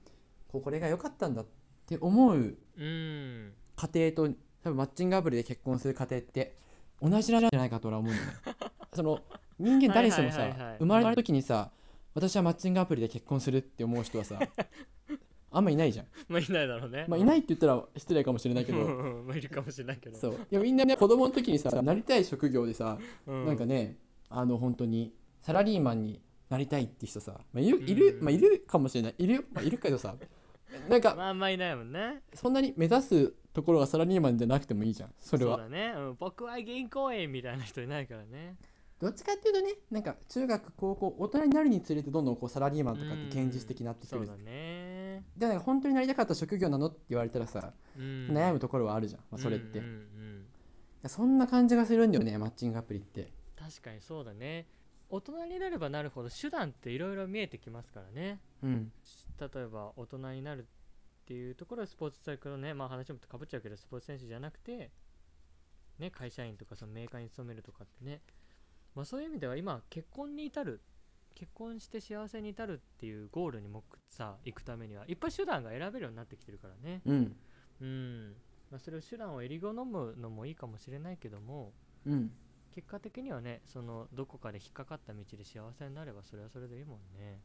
S2: こうこれが良かったんだって思う
S1: うん
S2: 家庭と多分マッチングアプリで結婚する家庭って同じなんじゃないかと俺は
S1: [laughs]
S2: 思うんだよねその人間誰しも
S1: はいはいはいは
S2: さ
S1: い
S2: 生まれた時にさ私はマッチングアプリで結婚するって思う人
S1: [laughs]
S2: はさあんまいないじゃん、
S1: まあいないだろうね。
S2: まあ、いないって言ったら失礼かもしれないけ
S1: うん
S2: ど
S1: [laughs] うんうんまあいるかもしれないけど。
S2: そういやみんなね子供の時にさなりたい職業でさ
S1: うん
S2: なんかねあの本当にサラリーマンになりたいって人さ、まあ、いるいる,、
S1: うん
S2: まあ、いるかもしれないいる,、まあ、いるけどさなんか
S1: まああんまいないもんね。
S2: そんなに目指すところがサラリーマンじゃなくてもいいじゃんそれは
S1: うだね。うん僕は銀行員みたいな人いないからね。
S2: どっちかっていうとねなんか中学高校大人になるにつれてどんどんこうサラリーマンとかって現実的になってく
S1: そう
S2: る
S1: だね。
S2: でなんか本当になりたかった職業なのって言われたらさ、
S1: うん
S2: 悩むところはあるじゃん、まあ、それっ
S1: う
S2: て、
S1: んうんうん
S2: そんな感じがするんだよねマッチングアプリって
S1: 確かにそうだね。大人になればなるほど手段っていろいろ見えてきますからね。
S2: うん
S1: 例えば大人になるっていうところはスポーツサイクルのね、まあ話もかぶっちゃうけど、スポーツ選手じゃなくて、ね、会社員とかそのメーカーに勤めるとかってね、まあそういう意味では今、結婚に至る、結婚して幸せに至るっていうゴールにもさ、行くためには、いっぱい手段が選べるようになってきてるからね。
S2: うん
S1: うん。まあそれを手段をえり好むのもいいかもしれないけども、
S2: うん
S1: 結果的にはねそのどこかで引っかかった道で幸せになればそれはそれでいいもんね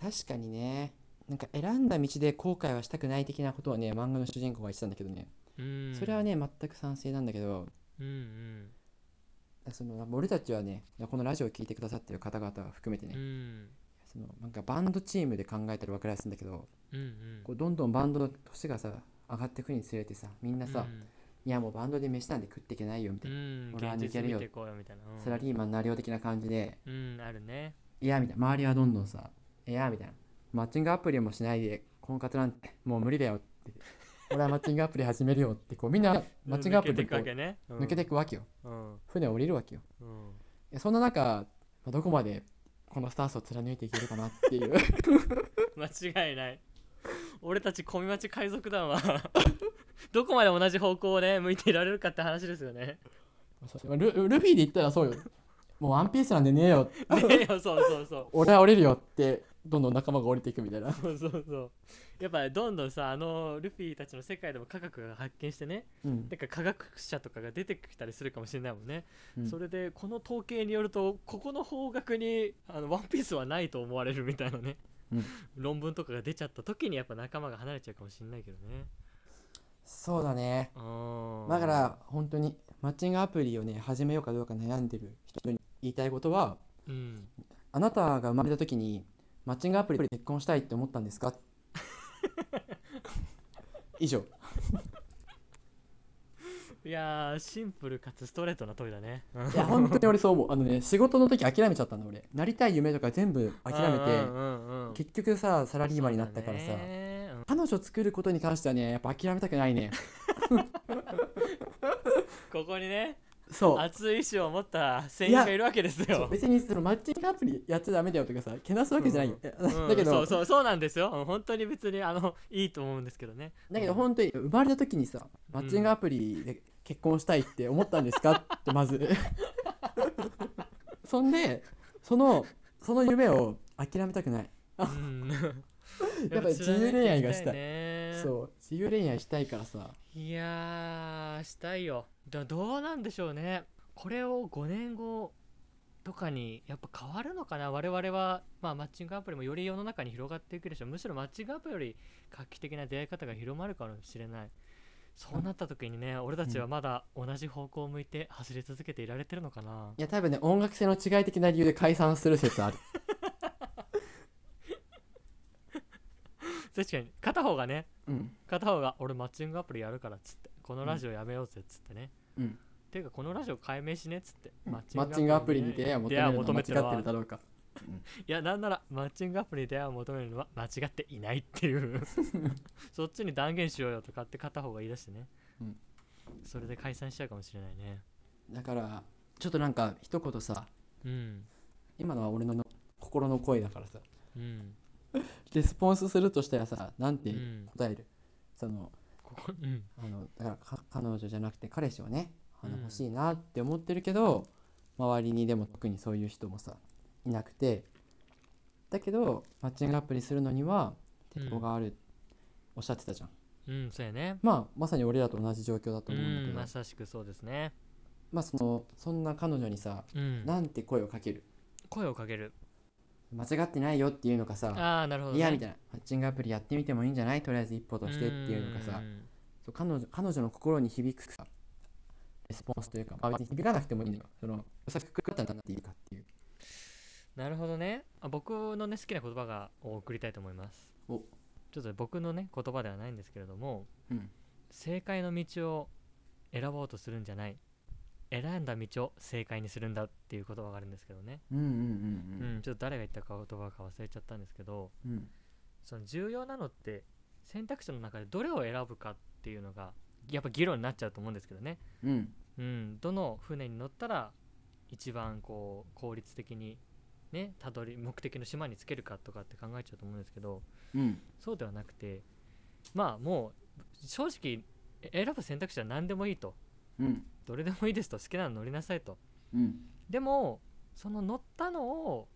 S2: 確かにねなんか選んだ道で後悔はしたくない的なことはね漫画の主人公が言ってたんだけどね、
S1: うん
S2: それはね全く賛成なんだけど
S1: うんうん
S2: その俺たちはねこのラジオを聞いてくださってる方々を含めてね、
S1: うん
S2: そのなんかバンドチームで考えたら分かりやすいんだけど
S1: うんうん
S2: こうどんどんバンドの年がさ上がってくにつれてさみんなさ、いやもうバンドで飯なんで食っていけないよみた
S1: う
S2: いな、
S1: ん、
S2: 俺は
S1: 現
S2: 抜
S1: 実
S2: ける
S1: 見
S2: よ
S1: てこうよみたいな、うん、
S2: サラリーマンになるよ的な感じで
S1: うんあるね
S2: いやみたいな周りはどんどんさいやみたいなマッチングアプリもしないで婚活なんてもう無理だよって俺はマッチングアプリ始めるよってこうみんなマッチングアプリで
S1: 抜けていく
S2: こう
S1: わけね、うん
S2: 抜けていくわけよ
S1: うん
S2: 船を降りるわけよ
S1: うん
S2: いやそんな中、まあ、どこまでこのスタンスを貫いていけるかなっていう [laughs]
S1: 間違いない俺たち小見町海賊団は [laughs] どこまで同じ方向をね向いていられるかって話ですよ
S2: [laughs]
S1: ね
S2: そうルルフィで言ったらそうよもうワンピースなんでねえよ
S1: ねえよそうそうそう
S2: 俺は降りるよってどんどん仲間が降りていくみたいな
S1: そうそうそうやっぱどんどんさあのルフィたちの世界でも科学が発見してね
S2: うん
S1: なんか科学者とかが出てきたりするかもしれないもんね、
S2: うん
S1: それでこの統計によるとここの方角にあのワンピースはないと思われるみたいなね、
S2: うん
S1: 論文とかが出ちゃった時にやっぱ仲間が離れちゃうかもしれないけどね
S2: そうだね
S1: あー
S2: だから本当にマッチングアプリをね始めようかどうか悩んでる人に言いたいことは
S1: うん
S2: あなたが生まれた時にマッチングアプリで結婚したいって思ったんで
S1: [laughs]
S2: すか以上
S1: いやーシンプルかつストレートな問いだね
S2: いや本当に俺そう思うあのね仕事の時諦めちゃったんだ俺なりたい夢とか全部諦めて
S1: [laughs] うんうんうんうん
S2: 結局さサラリーマンになったからさ、
S1: そうだねうん
S2: 彼女作ることに関してはねやっぱ諦めたくな
S1: [laughs]
S2: いね
S1: ここにね
S2: そう
S1: 熱い意志を持った船員がいるわけです
S2: そう
S1: よ
S2: 別にそのマッチングアプリやっちゃダメだよとかさけなすわけじゃないよ、
S1: うん
S2: [laughs] だけど
S1: そうそうそうなんですようん本当に別にあのいいと思うんですけどね
S2: だけど本当に生まれた時にさマッチングアプリで結婚したいって思ったんですかってま [laughs] ずそんでそのその夢を諦めたくない
S1: うん
S2: やっぱ自由恋愛がしたい
S1: ね
S2: そう自由恋愛したいからさ
S1: いやーしたいよだどうなんでしょうねこれを5年後とかにやっぱ変わるのかな我々は、まあ、マッチングアプリもより世の中に広がっていくでしょうむしろマッチングアプリより画期的な出会い方が広まるかもしれないそうなった時にね俺たちはまだ同じ方向を向いて走り続けていられてるのかな、
S2: いや多分ね音楽性の違い的な理由で解散する説ある
S1: 確かに片方がね
S2: うん
S1: 片方が俺マッチングアプリやるからっつってこのラジオやめようぜっつってね、
S2: うん
S1: ていうかこのラジオ解明しねっつってマ
S2: マッチングアプリに出会いを
S1: ね
S2: 求
S1: 出
S2: める
S1: 会い
S2: の
S1: を求
S2: は間違
S1: め
S2: って
S1: てるわ
S2: るだろうか
S1: いやなんならマッチングアプリに出会いを求めるのは間違っていないっていう
S2: [laughs]
S1: そっちに断言しようよとかって片方が言い出してね、
S2: うん
S1: それで解散しちゃうかもしれないね
S2: だからちょっとなんか一言さ
S1: うん
S2: 今のは俺の心の声だからさ
S1: うん
S2: レスポンスするとしたらさなんて
S1: うん
S2: 答える、その
S1: ここうん
S2: あのだからか彼女じゃなくて彼氏をねあの
S1: うん
S2: 欲しいなって思ってるけど、周りにでも特にそういう人もさいなくてだけどマッチングアプリするのには抵抗がある、おっしゃってたじゃん
S1: うんそうやね
S2: まあまさに俺らと同じ状況だと
S1: う
S2: 思うんだけ
S1: ん
S2: ど、
S1: まさしくそうですね
S2: まあそのそんな彼女にさ
S1: うん
S2: なんて声をかける
S1: 声をかける
S2: 間違ってないよっていうのかさ
S1: ああーなるほど、
S2: い
S1: ね、
S2: やみたいなマッチングアプリやってみてもいいんじゃないとりあえず一歩としてっていうのがさ
S1: ん
S2: そう彼女彼女の心に響くさレスポンスというか、まあ、別に響かなくてもいいのよその良さくかったんだなっていうかっていう
S1: なるほどねあ僕のね好きな言葉がを送りたいと思います
S2: お
S1: ちょっと僕のね言葉ではないんですけれども
S2: うん
S1: 正解の道を選ぼうとするんじゃない選んだ道を正解にするんだっていう言葉があるんですけどね、
S2: うんうん
S1: うんちょっと誰が言ったか言葉か忘れちゃったんですけど
S2: うんうん
S1: その重要なのって選択肢の中でどれを選ぶかっていうのがやっぱ議論になっちゃうと思うんですけどね
S2: うん
S1: うん、どの船に乗ったら一番こう効率的にねたどり目的の島につけるかとかって考えちゃうと思うんですけど
S2: うん
S1: そうではなくてまあもう正直え選ぶ選択肢は何でもいいと
S2: うん
S1: どれでもいいですと好きなの乗りなさいと
S2: うん
S1: でもその乗ったのを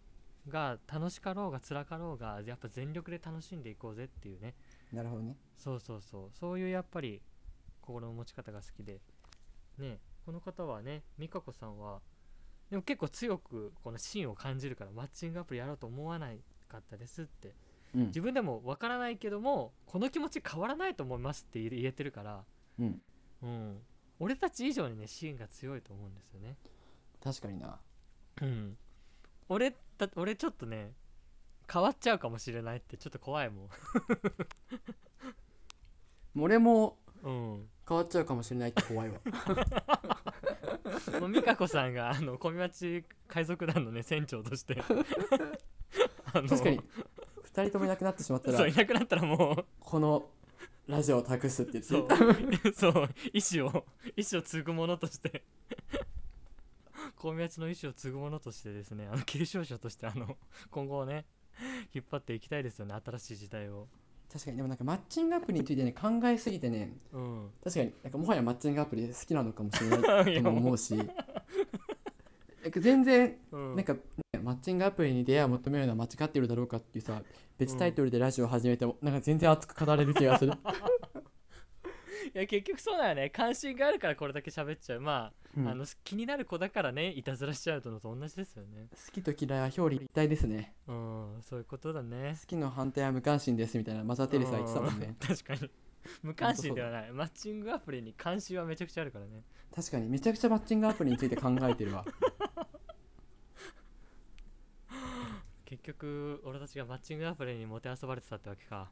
S1: が楽しかろうが辛かろうがやっぱ全力で楽しんでいこうぜっていうね
S2: なるほどね
S1: そうそうそうそういうやっぱり心の持ち方が好きでねこの方はね美香子さんはでも結構強くこの芯を感じるからマッチングアプリやろうと思わないかったですって
S2: うん
S1: 自分でも分からないけどもこの気持ち変わらないと思いますって言えてるから、
S2: うん
S1: うん、俺たち以上にね芯が強いと思うんですよね。
S2: 確かにな
S1: うん、俺だ俺ちょっとね変わっちゃうかもしれないってちょっと怖いも
S2: もう俺も
S1: ん。うん
S2: 変わっちゃうかもしれないって怖い [laughs] わ
S1: もう美香子さんがあの小見町海賊団のね船長として
S2: [laughs]
S1: あの
S2: 確かに2人ともいなくなってしまった
S1: そう
S2: ら
S1: いなくなったらも
S2: このラジオを託すって言
S1: うそ
S2: っ [laughs]
S1: う
S2: て
S1: そう意志を意志を継ぐものとして小宮地の意志を継ぐものとしてですねあの継承者としてあの今後をね引っ張っていきたいですよね新しい時代を
S2: 確かにでもなんかマッチングアプリについてね考えすぎてね
S1: うん
S2: 確かになんかもはやマッチングアプリ好きなのかもしれない
S1: [laughs] い
S2: と
S1: や
S2: も
S1: も
S2: 思うしなんか全然
S1: ううん
S2: なんかね、マッチングアプリに出会いを求めるのは間違っているだろうかっていうさ別タイトルでラジオを始めても、なんか全然熱く語れる気がする、
S1: いや結局そうだよね関心があるからこれだけ喋っちゃうまあ,、
S2: うん
S1: あの気になる子だからねいたずらしちゃうのと同じですよね
S2: 好きと嫌いは表裏一体ですね
S1: うんそういうことだね
S2: 好きの反対は無関心ですみたいなマザー・テレサが言ってたもんね
S1: うん [laughs] 確かに無関心ではないマッチングアプリに関心はめちゃくちゃあるからね
S2: 確かにめちゃくちゃマッチングアプリについて考えてるわ
S1: 結局俺たちがマッチングアプリにもてあそばれてたってわけか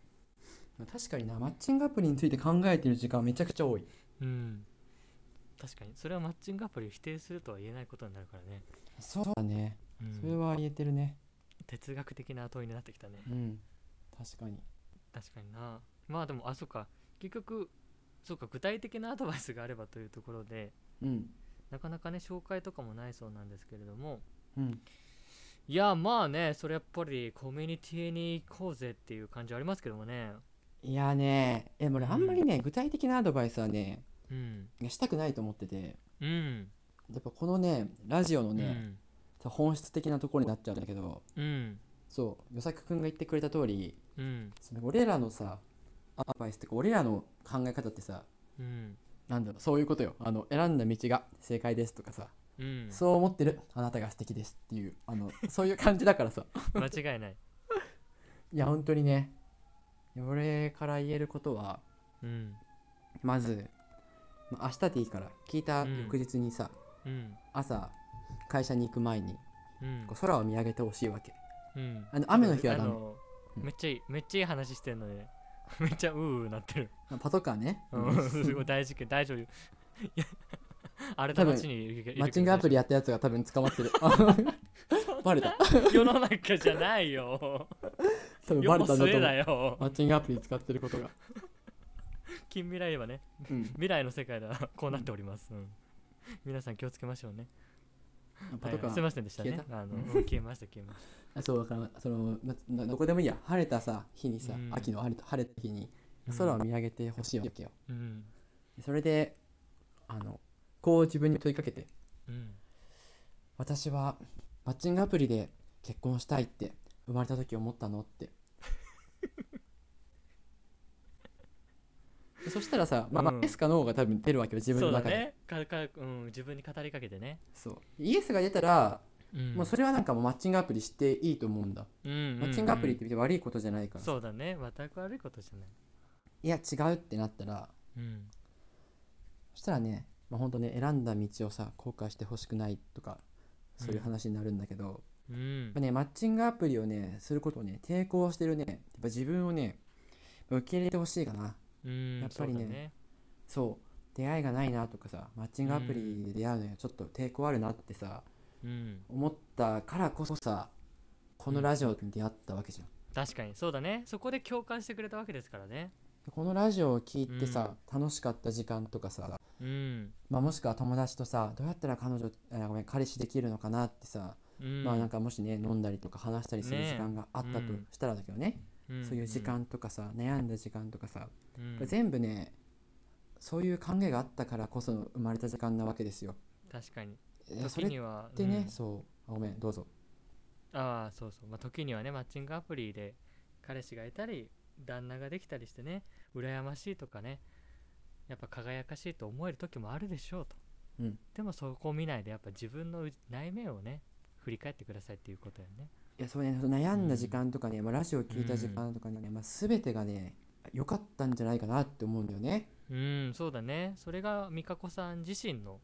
S2: 確かになマッチングアプリについて考えてる時間めちゃくちゃ多い
S1: うん確かにそれはマッチングアプリを否定するとは言えないことになるからね、
S2: そうだね、
S1: うん
S2: それは言えてるね
S1: 哲学的な問いになってきたね
S2: うん確かに
S1: 確かになまあでもあそうか結局そうか具体的なアドバイスがあればというところで
S2: うん
S1: なかなかね紹介とかもないそうなんですけれども
S2: うん
S1: いやまあねそれやっぱりコミュニティに行こうぜっていう感じありますけどもね
S2: いやねえも俺あんまりね、具体的なアドバイスはね
S1: うん
S2: したくないと思ってて
S1: うん
S2: やっぱこのねラジオの
S1: う
S2: ね、
S1: ん
S2: 本質的なところになっちゃうんだけど
S1: うん
S2: そう与作くんが言ってくれた通り
S1: うん
S2: その俺らのさアドバイスってか俺らの考え方ってさ
S1: うん
S2: なんだろうそういうことよあの選んだ道が正解ですとかさ、
S1: うん
S2: そう思ってるあなたが素敵ですっていうあのそういう感じだからさ [laughs]
S1: 間違いない
S2: いや本当にね俺から言えることは
S1: うん
S2: まずまあ明日でいいから聞いた翌日にさ、
S1: うん
S2: 朝会社に行く前に
S1: うん
S2: こう空を見上げてほしいわけ
S1: うん
S2: あの雨の日は
S1: あ
S2: ダメ
S1: の
S2: うん
S1: めっちゃいいめっちゃいい話してんのに [laughs] めっちゃうーうーなってる
S2: まあパトカーね、
S1: うんすごい大事件大丈夫 [laughs] いやあれ
S2: 多
S1: た
S2: 分
S1: ちにいるいるけど
S2: マッチングアプリやったやつが多分捕
S1: [laughs]
S2: まってるあバレた
S1: 世の中じゃないよ
S2: 多分
S1: 世
S2: [laughs] バレ
S1: も
S2: たんだと
S1: 末
S2: 思
S1: だ
S2: う
S1: よ
S2: マッチングアプリ使ってることが、
S1: 近未来はね
S2: うん、
S1: 未来の世界ではこうなっております、うん皆さん気をつけましょうね
S2: パ
S1: はい
S2: ト
S1: は
S2: カ
S1: い、すい
S2: ー
S1: ませんでしたね
S2: 消え
S1: あのうん消えました消えまし
S2: あそうだからそのななどこでもいいや晴れたさ日にさ、
S1: うん
S2: 秋の晴れた晴れた日に
S1: た
S2: 空を
S1: うん
S2: 見上げてほしいわけよ、
S1: うん
S2: それであのこう自分に問いかけて
S1: うん
S2: 私はマッチングアプリで結婚したいって生まれた時思ったのってで [laughs] そしたらさ、まあまあ
S1: うん
S2: イエスかノーが多分出るわけよ自分
S1: そ
S2: の
S1: うだ
S2: 中で
S1: ねかか、うん、自分に語りかけてね、
S2: そう,、イエスが出たら、
S1: うん、
S2: もうそれはなんかもうマッチングアプリしていいと思うんだ、
S1: うんうんうん
S2: マッチングアプリって別に悪いことじゃないからさ
S1: そうだね全く悪いことじゃない
S2: いや違うってなったら
S1: うん
S2: そしたらね、まあ、本当ね選んだ道をさ後悔してほしくないとかそういう話になるんだけど、
S1: うん
S2: やっぱね、マッチングアプリをね、することをね、抵抗してるね、やっぱ自分をね、受け入れてほしいかな。
S1: うん
S2: やっぱりね
S1: そうだね
S2: そう、出会いがないなとかさ、マッチングアプリで出会うのにはちょっと抵抗あるなってさ、
S1: うん
S2: 思ったからこそさ、このラジオに出会ったわけじゃん。
S1: 確かにそうだねそこで共感してくれたわけですからね
S2: このラジオを聞いてさ、楽しかった時間とかさ、
S1: うん
S2: まあ、もしくは友達とさ、どうやったら彼女、あごめん、彼氏できるのかなってさ、
S1: うん
S2: まあなんかもしね、飲んだりとか話したりする
S1: ねえ
S2: 時間があった
S1: う
S2: と
S1: ん
S2: したらだけどね、
S1: ん
S2: そういう時間とかさ、悩んだ時間とかさ、
S1: うんうん
S2: 全部ねそういう考えがあったからこそ生まれた時間なわけですよ。
S1: 確かに
S2: えーそ
S1: 時
S2: れっ
S1: には
S2: てね、
S1: うん
S2: そうあごめんどうぞ。
S1: ああそうそうまあ時にはねマッチングアプリで彼氏がいたり旦那ができたりしてね羨ましいとかねやっぱ輝かしいと思える時もあるでしょうと
S2: うん
S1: でもそこを見ないでやっぱ自分の内内面をね振り返ってくださいっていうことやね
S2: いやそうねその悩んだ時間とかね、まあ、ラジオ聞いた時間とかね、まあ、全てがね良かったんじゃないかなって思うんだよね
S1: うんそうだねそれが美香子さん自身の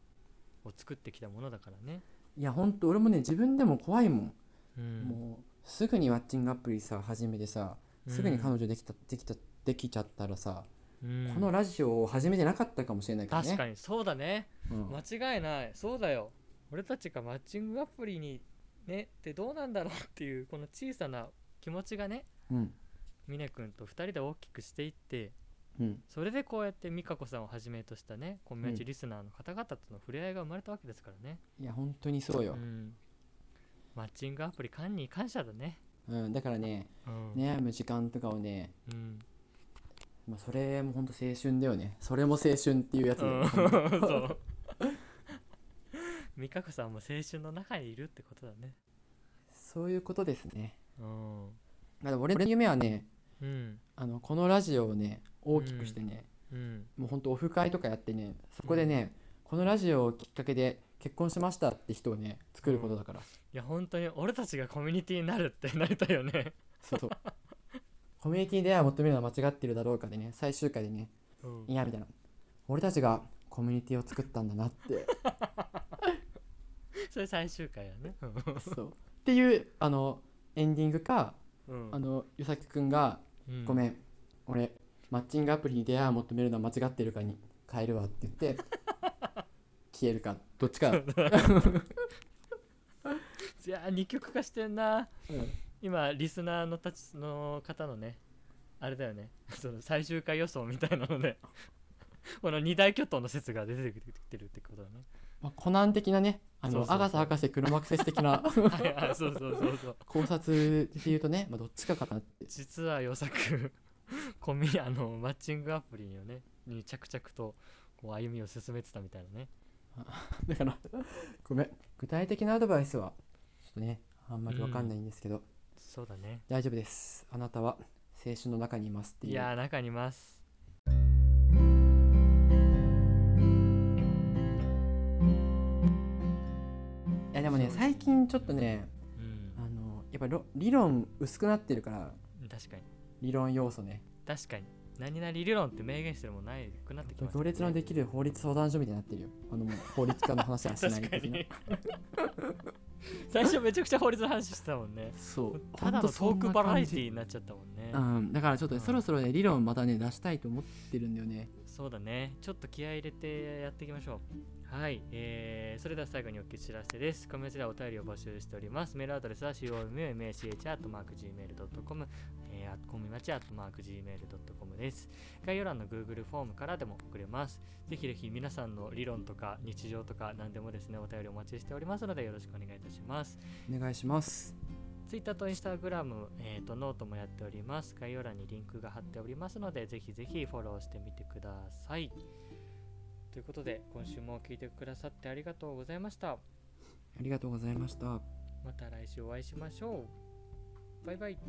S1: を作ってきたものだからね
S2: いやほんと俺もね自分でも怖いもん、
S1: うん
S2: もうすぐにマッチングアプリさ始めてさすぐに彼女できた、できたできちゃったらさ、
S1: うん
S2: このラジオを始めてなかったかもしれないからね
S1: 確かにそうだね
S2: うん
S1: 間違いないそうだよ俺たちがマッチングアプリにねってどうなんだろうっていうこの小さな気持ちがね
S2: うん
S1: 峰君と2人で大きくしていって
S2: うん
S1: それでこうやって美香子さんをはじめとしたねコンビニ
S2: うん
S1: リスナーの方々との触れ合いが生まれたわけですからね、
S2: いや本当にそう
S1: う
S2: よ、
S1: ん、マッチングアプリ管に感謝だね
S2: うんだからね
S1: うん、
S2: 悩む時間とかをね、
S1: うん、
S2: まあ、それも本当青春だよねそれも青春っていうやつだよ
S1: う [laughs]
S2: ね
S1: んそう美香子さんも青春の中にいるってことだね
S2: そういうことですね
S1: うん、
S2: まあでも俺の夢はね
S1: うん
S2: あのこのラジオをね大きくしてね、
S1: うん、
S2: もうほんとオフ会とかやってねそこでね、このラジオをきっかけで結婚しましたって人をね作ることだから、
S1: いや本当に俺たちがコミュニティになるってなりたいよね、
S2: そうそうコミュニティでは求めるのは間違ってるだろうかでね最終回でね
S1: うん
S2: いやみたいな俺たちがコミュニティを作ったんだなって
S1: [laughs] それ最終回やね
S2: そうっていうあのエンディングか
S1: うん、
S2: あの与崎くんが
S1: うん
S2: ごめん、俺マッチングアプリに出会いを求めるのは間違ってるかに変えるわって言って
S1: [laughs]
S2: 消えるかどっちか、 [laughs]
S1: いや二極化してんな
S2: うん
S1: 今リスナーのたちの方のねあれだよね [laughs] その最終回予想みたいなので [laughs] この二大巨頭の説が出てきてるってことだね
S2: まあ、コナン的なねあ
S1: そ
S2: の
S1: うそうそう
S2: アガサ博士黒幕説的な
S1: はいはいそうそうそうそう
S2: [laughs] 考察で言うとね、まあ、どっちかかなって [laughs]
S1: 実は予作コミあのマッチングアプリをねに着々とこう歩みを進めてたみたいなね
S2: だからごめん具体的なアドバイスはちょっとねあんまりわかんないんですけど、
S1: そうだね
S2: 大丈夫ですあなたは青春の中にいますっていう
S1: いやー中にいます
S2: いやでもね
S1: そうですね
S2: 最近ちょっとね
S1: うん
S2: あのやっぱりろ理論薄くなってるから
S1: 確かに
S2: 理論要素ね
S1: 確かに何々理論って明言してるもんないくなってきました
S2: 行列のできる法律相談所みたいになってるよあのもう法律家の話はしない
S1: 確か
S2: 的な
S1: に [laughs] 最初めちゃくちゃ法律の話してたもんね
S2: そう
S1: ただのト
S2: ほんとそ
S1: ー
S2: んな
S1: クバラエテ
S2: 感
S1: ィ
S2: じ
S1: ーになっちゃったもんね
S2: うん、だからちょっと、ね
S1: うん
S2: そろそろね理論またね出したいと思ってるんだよね
S1: そうだねちょっと気合い入れてやっていきましょうはい、えー、それでは最後にお知らせですコメントではお便りを募集しておりますメールアドレスは comumach.gmail.com えー、コミマチ .gmail.com です概要欄の Google フォームからでも送れますぜひぜひ皆さんの理論とか日常とか何でもですねお便りお待ちしておりますのでよろしくお願いいたします
S2: お願いします
S1: ツイッターとインスタグラム、えー、とノートもやっております。概要欄にリンクが貼っておりますので、ぜひぜひフォローしてみてください。ということで、今週も聞いてくださってありがとうございました。
S2: ありがとうございました
S1: また来週お会いしましょう。バイバイ。